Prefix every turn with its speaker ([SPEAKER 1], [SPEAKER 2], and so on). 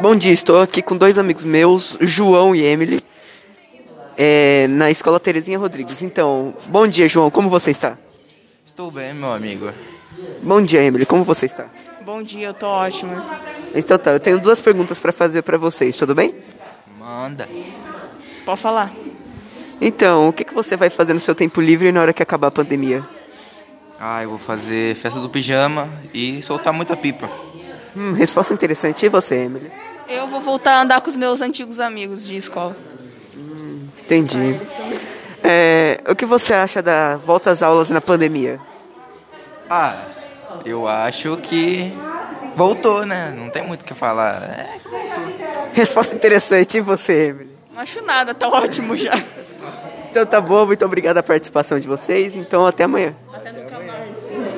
[SPEAKER 1] Bom dia, estou aqui com dois amigos meus, João e Emily, é, na escola Terezinha Rodrigues. Então, bom dia, João, como você está?
[SPEAKER 2] Estou bem, meu amigo.
[SPEAKER 1] Bom dia, Emily, como você está?
[SPEAKER 3] Bom dia, eu tô ótima.
[SPEAKER 1] Então tá, eu tenho duas perguntas para fazer para vocês, tudo bem?
[SPEAKER 2] Manda.
[SPEAKER 3] Pode falar.
[SPEAKER 1] Então, o que, que você vai fazer no seu tempo livre na hora que acabar a pandemia?
[SPEAKER 2] Ah, eu vou fazer festa do pijama e soltar muita pipa.
[SPEAKER 1] Hum, resposta interessante. E você, Emily?
[SPEAKER 3] Eu vou voltar a andar com os meus antigos amigos de escola.
[SPEAKER 1] Entendi. É, o que você acha da volta às aulas na pandemia?
[SPEAKER 2] Ah, eu acho que voltou, né? Não tem muito o que falar. É,
[SPEAKER 1] Resposta interessante. E você, Emily?
[SPEAKER 3] Não acho nada, tá ótimo já.
[SPEAKER 1] Então tá bom, muito obrigado a participação de vocês. Então até amanhã.